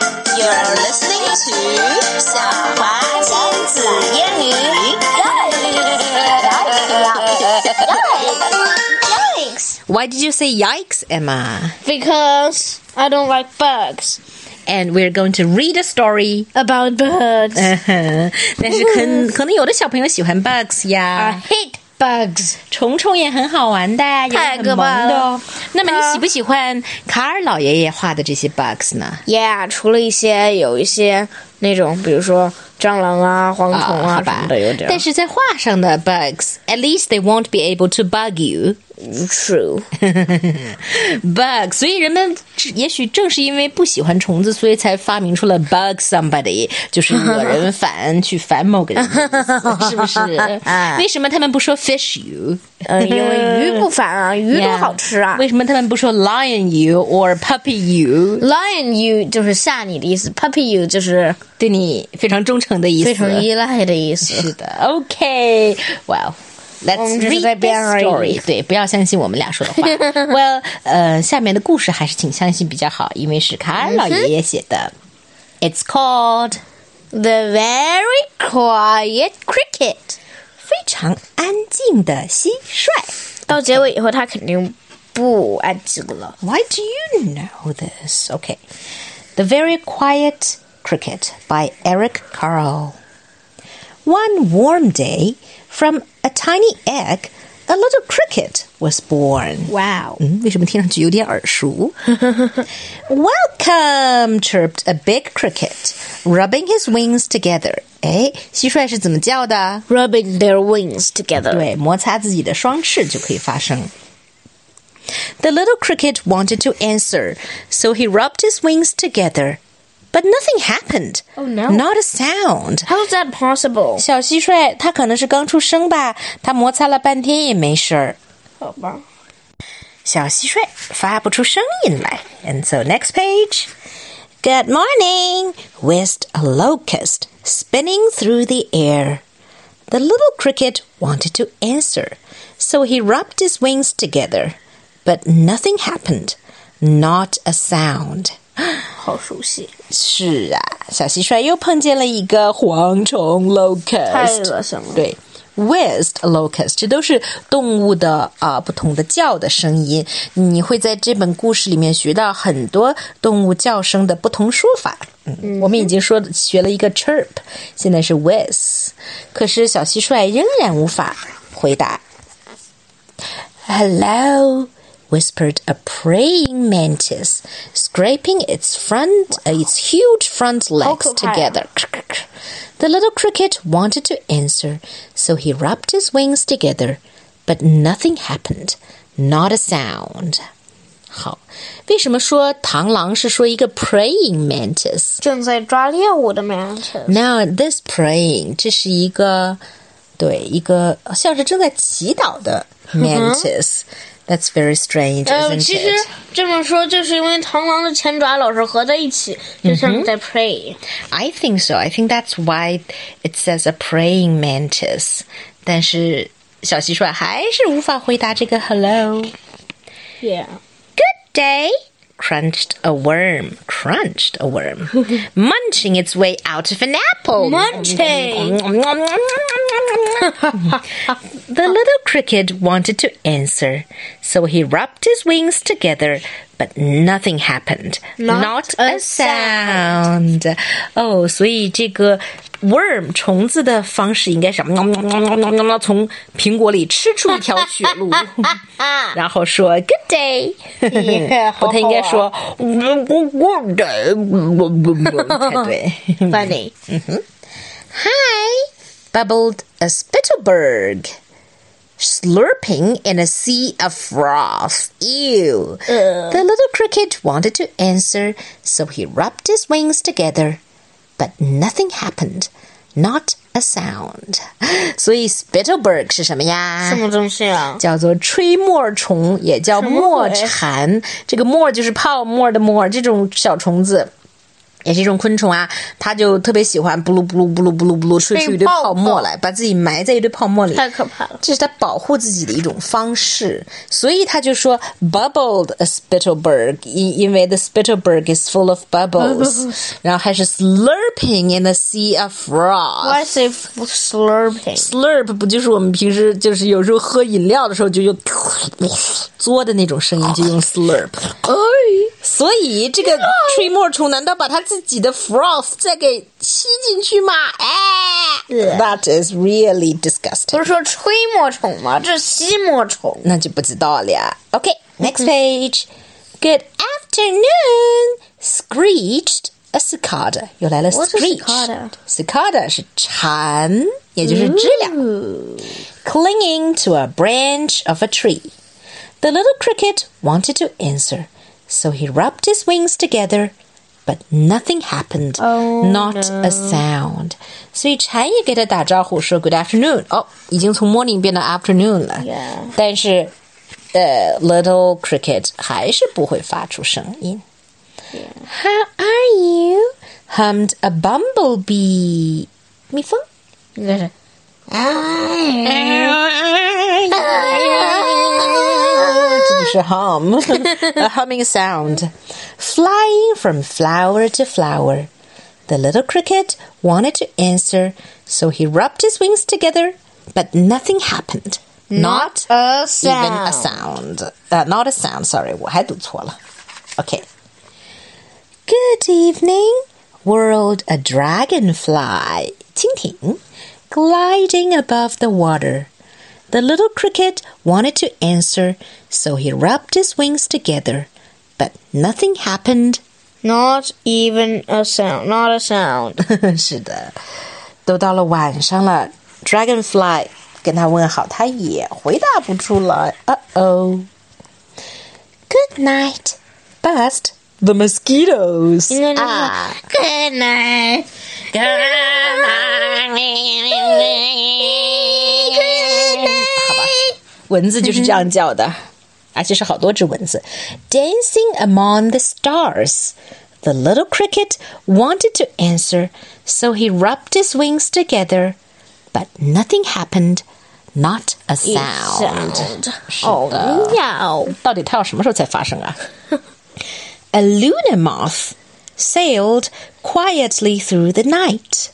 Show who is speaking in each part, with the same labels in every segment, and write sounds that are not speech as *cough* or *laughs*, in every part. Speaker 1: are listening to 小华亲子英语。Yikes!
Speaker 2: Why did you say yikes, Emma?
Speaker 3: Because I don't like bugs.
Speaker 2: And we're going to read a story. *laughs*
Speaker 3: About bugs.
Speaker 2: 但是可可能有的小朋友喜欢 bugs
Speaker 3: I
Speaker 2: 呀，
Speaker 3: hate bugs.
Speaker 2: *laughs* 虫虫也很好玩的，也很
Speaker 3: 可
Speaker 2: 萌
Speaker 3: 怕
Speaker 2: 的哦
Speaker 3: 了。
Speaker 2: 那么你喜不喜欢卡尔老爷爷画的这些 bugs 呢？
Speaker 3: Yeah，除了一些有一些那种，比如说蟑螂啊、蝗虫
Speaker 2: 好
Speaker 3: 啊、什
Speaker 2: 吧
Speaker 3: 么的，有点。
Speaker 2: 但是在画上的 bugs，at least they won't be able to bug you。
Speaker 3: *laughs* true，
Speaker 2: bug，所以人们也许正是因为不喜欢虫子，所以才发明出了 bug somebody，就是惹人烦，去烦某个人的意思，是不
Speaker 3: *laughs*
Speaker 2: 是？为什么他们不说 fish you？
Speaker 3: 嗯，因为鱼不烦 *laughs* 啊，鱼多
Speaker 2: Yeah
Speaker 3: 好吃啊。
Speaker 2: 为什么他们不说 lion you or puppy you？
Speaker 3: Lion you 就是吓你的意思，puppy you 就是
Speaker 2: 对你非常忠诚的意思，
Speaker 3: 非常依赖的意思。
Speaker 2: 是的，OK，Well。
Speaker 3: 我
Speaker 2: Let's
Speaker 3: 们只是
Speaker 2: read
Speaker 3: 在
Speaker 2: the
Speaker 3: 编而已
Speaker 2: story。对，不要相信我们俩说
Speaker 3: *laughs*
Speaker 2: 的话。well，呃，下面的故事还是请相信比较好，因为是卡尔老爷爷写的。It's called
Speaker 3: *laughs* The very quiet cricket。
Speaker 2: 非常安静的蟋蟀。
Speaker 3: 到结尾以后，它肯定不安静了。
Speaker 2: Why do you know this? Okay. The Very Quiet Cricket by Eric Carle. One warm day, from a tiny egg, a little cricket was born.
Speaker 3: Wow. *laughs*
Speaker 2: 嗯，为什么听上去有点耳熟？Welcome! *laughs* chirped a big cricket, rubbing his wings together. 哎，蟋蟀是怎么叫的？
Speaker 3: Rubbing their wings together.
Speaker 2: 对，摩擦自己的双翅就可以发声。The little cricket wanted to answer, so he rubbed his wings together. But nothing happened.
Speaker 3: Oh, no.
Speaker 2: Not a sound.
Speaker 3: How's that possible？
Speaker 2: 小蟋蟀，它可能是刚出生吧，它摩擦了半天也没事儿。
Speaker 3: 好吧。
Speaker 2: 小蟋蟀发不出声音来。And so next page. Good morning, whisked a locust, spinning through the air. The little cricket wanted to answer, so he rubbed his wings together. But nothing happened, not a sound. *gasps*
Speaker 3: 好熟悉，
Speaker 2: 是啊，小蟋蟀又碰见了一个蝗虫 locust，
Speaker 3: 太恶心了
Speaker 2: 对，whist locust，这都是动物的啊、不同的叫的声音。你会在这本故事里面学到很多动物叫声的不同说法。嗯，我们已经说学了一个 chirp，现在是 whist，可是小蟋蟀仍然无法回答。Hello, whispered a praying mantis, scraping its front, uh, its huge front legs
Speaker 3: Coco pie.
Speaker 2: together. *laughs* The little cricket wanted to answer, so he rubbed his wings together, but nothing happened, not a sound. 好，为什么说螳螂是说一个 praying mantis？
Speaker 3: 正在抓猎物的 mantis。
Speaker 2: Now this praying，这是一个对一个像是正在祈祷的 mantis、That's very strange,
Speaker 3: 呃，
Speaker 2: isn't
Speaker 3: Oh，其实
Speaker 2: it?
Speaker 3: 这么说，就是因为螳螂的前爪老是合在一起，就像在 pray。
Speaker 2: I think so. I think that's why it says a praying mantis. 但是小蟋蟀还是无法回答这个 hello。
Speaker 3: Yeah.
Speaker 2: Good day. Crunched a worm, crunched a worm,
Speaker 3: *laughs*
Speaker 2: munching its way out of an apple. *laughs*
Speaker 3: Munching.
Speaker 2: the little cricket wanted to answer, so he rubbed his wings together, but nothing happened.
Speaker 3: Not
Speaker 2: a
Speaker 3: a
Speaker 2: sound. 哦，所以这个 worm 虫子的方式应该是从苹果里吃出一条血路，然后说 Good day。
Speaker 3: Yeah，
Speaker 2: *laughs* 不太应该说 Good day 才对。
Speaker 3: funny。
Speaker 2: Hi, bubbled a spittlebird, slurping in a sea of froth. Ew. The little cricket wanted to answer, so he rubbed his wings together. But nothing happened. Not a sound. *gasps* 所以 spittlebirg 是什么呀？
Speaker 3: 什么东西啊？
Speaker 2: 叫做吹沫虫，也叫
Speaker 3: 么
Speaker 2: 沫
Speaker 3: 鬼
Speaker 2: 蝉。这个沫就是泡沫的沫，这种小虫子。也是一种昆虫啊，它就特别喜欢布鲁布鲁布鲁布鲁布鲁吹出一堆泡沫来，把自己埋在一堆泡沫里，
Speaker 3: 太可怕了。
Speaker 2: 这是它保护自己的一种方式，所以它就说 bubbled a spittlebird，因因为 the spittlebird is full of
Speaker 3: *laughs*
Speaker 2: bubbles，然后还是 slurping in the sea of frost。
Speaker 3: What's it slurping?
Speaker 2: slurp 不就是我们平时就是有时候喝饮料的时候就用嘬的那种声音，就用 slurp。所以这个吹沫虫难道把它自己的 froth 再给吸进去吗？哎，That is really disgusting。
Speaker 3: 不是说吹沫虫吗？这是吸沫虫。
Speaker 2: 那就不知道了呀。OK，next、page。Good afternoon, screeched a cicada。又来了
Speaker 3: What's a
Speaker 2: screech。
Speaker 3: cicada？
Speaker 2: cicada 是蝉，也就是知了。clinging to a branch of a tree. The little cricket wanted to answer, so he rubbed his wings together, but nothing happened.
Speaker 3: Oh,
Speaker 2: not a sound. 所以蝉也给他打招呼说 good afternoon. Oh, 哦，已经从 morning 变到 afternoon 了。
Speaker 3: Yeah.
Speaker 2: 但是，呃、little cricket 还是不会发出声音。How are you? hummed a bumblebee. 蜜蜂。
Speaker 3: 应该是
Speaker 2: 这就是 hum, a humming sound. Flying from flower to flower. The little cricket wanted to answer, so he rubbed his wings together, but nothing happened. Not, even
Speaker 3: a
Speaker 2: a
Speaker 3: sound.
Speaker 2: sound. Uh, not a sound, sorry. 我还读错了. Okay. Good evening, whirled a dragonfly, 蜻蜓, gliding above the water. The little cricket wanted to answer, so he rubbed his wings together, but nothing happened.
Speaker 3: not even a sound, not a sound.
Speaker 2: *laughs* 是的，都到了晚上了，Dragonfly 跟他问好，他也回答不出来。Uh oh. Good night, buzzed the mosquitoes. 啊
Speaker 3: Good night. Good night.
Speaker 2: 好吧，蚊子就是这样叫的，而且是好多只蚊子。Dancing among the stars, the little cricket wanted to answer, so he rubbed his wings together, but nothing happened, not a sound.
Speaker 3: Sound. Oh, meow.
Speaker 2: 到底它要什么时候才发生啊？A lunar moth sailed quietly through the night,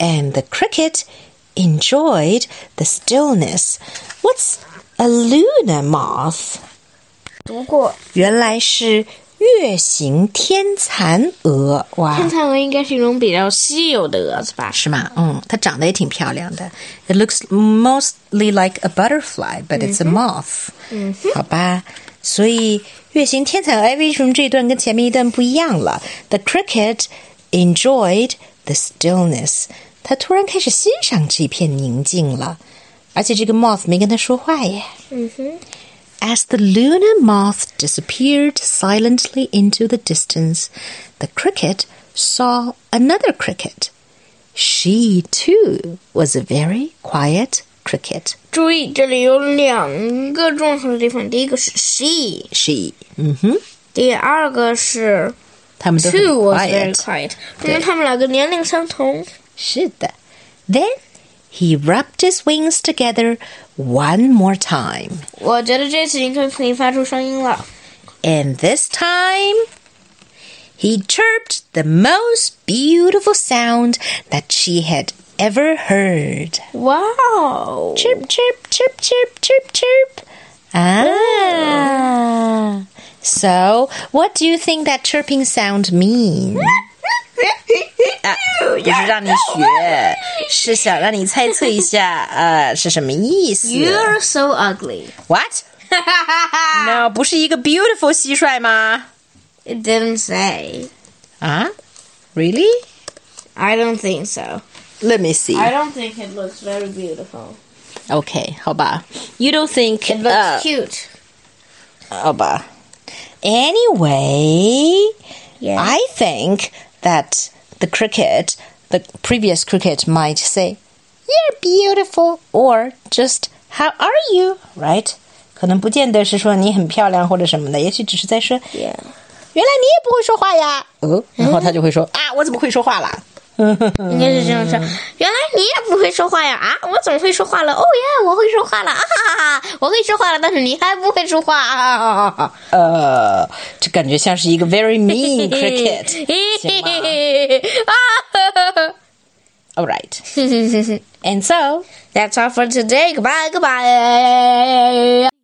Speaker 2: and the cricket enjoyed the stillness. What's a lunar moth？
Speaker 3: 读过
Speaker 2: 原来是月形天蚕蛾，哇！
Speaker 3: 天蚕蛾应该是一种比较稀有的蛾子吧？
Speaker 2: 是吗？嗯，它长得也挺漂亮的。It looks mostly like a butterfly, but it's a moth。嗯，好吧。所以月形天蚕哎，为什么这一段跟前面一段不一样了？The cricket enjoyed the stillness。它突然开始欣赏这片宁静了，而且这个 moth 没跟它说话耶。As the lunar moth disappeared silently into the distance, the cricket saw another cricket. She too was a very quiet cricket.
Speaker 3: 注意，这里有两个重要的地方，第一个是 she，
Speaker 2: She，嗯 Mm-hmm. 哼，
Speaker 3: 第二个是
Speaker 2: 他们都
Speaker 3: too was
Speaker 2: 很
Speaker 3: very
Speaker 2: quiet。
Speaker 3: *laughs* quiet，因为他们两个年龄相同。
Speaker 2: 是的。Then he rubbed his wings together one more time,
Speaker 3: 我觉得这次应该可以发出声音了。
Speaker 2: and this time. He chirped the most beautiful sound that she had ever heard.
Speaker 3: 哇哦！
Speaker 2: chirp, chirp, chirp, chirp, chirp, chirp. Ah. So, what do you think that chirping sound *laughs* means? *laughs* 不是让你学，是想让你猜测一下，呃，是什么意思
Speaker 3: You're so ugly.
Speaker 2: What? No, 不是一个 beautiful 蟋蟀吗？啊
Speaker 3: *laughs* It didn't say.
Speaker 2: Really?
Speaker 3: I don't think so.
Speaker 2: Let me see.
Speaker 3: I don't think it looks very beautiful.
Speaker 2: Okay, 好吧。You don't think
Speaker 3: It looks
Speaker 2: uh,
Speaker 3: cute.
Speaker 2: 好吧。Anyway,
Speaker 3: Yeah.
Speaker 2: I think that the cricket, the previous cricket, might say, "You're beautiful," or just "How are you?" Right? 可能不见得是说你很漂亮或者什么的，也许只是在说
Speaker 3: Yeah.
Speaker 2: 原来你也不会说话呀。”哦，然后他就会说：“啊，我怎么会说话啦？”
Speaker 3: 应该是这样说。原来你也不会说话呀？啊，我怎么会说话了？哦耶，我会说话了！啊哈哈哈，我会说话了，但是你还不会说话啊！
Speaker 2: 呃，这感觉像是一个 very mean cricket。行
Speaker 3: *laughs*
Speaker 2: 吗 All right, and so.
Speaker 4: That's all for today. Goodbye. Goodbye.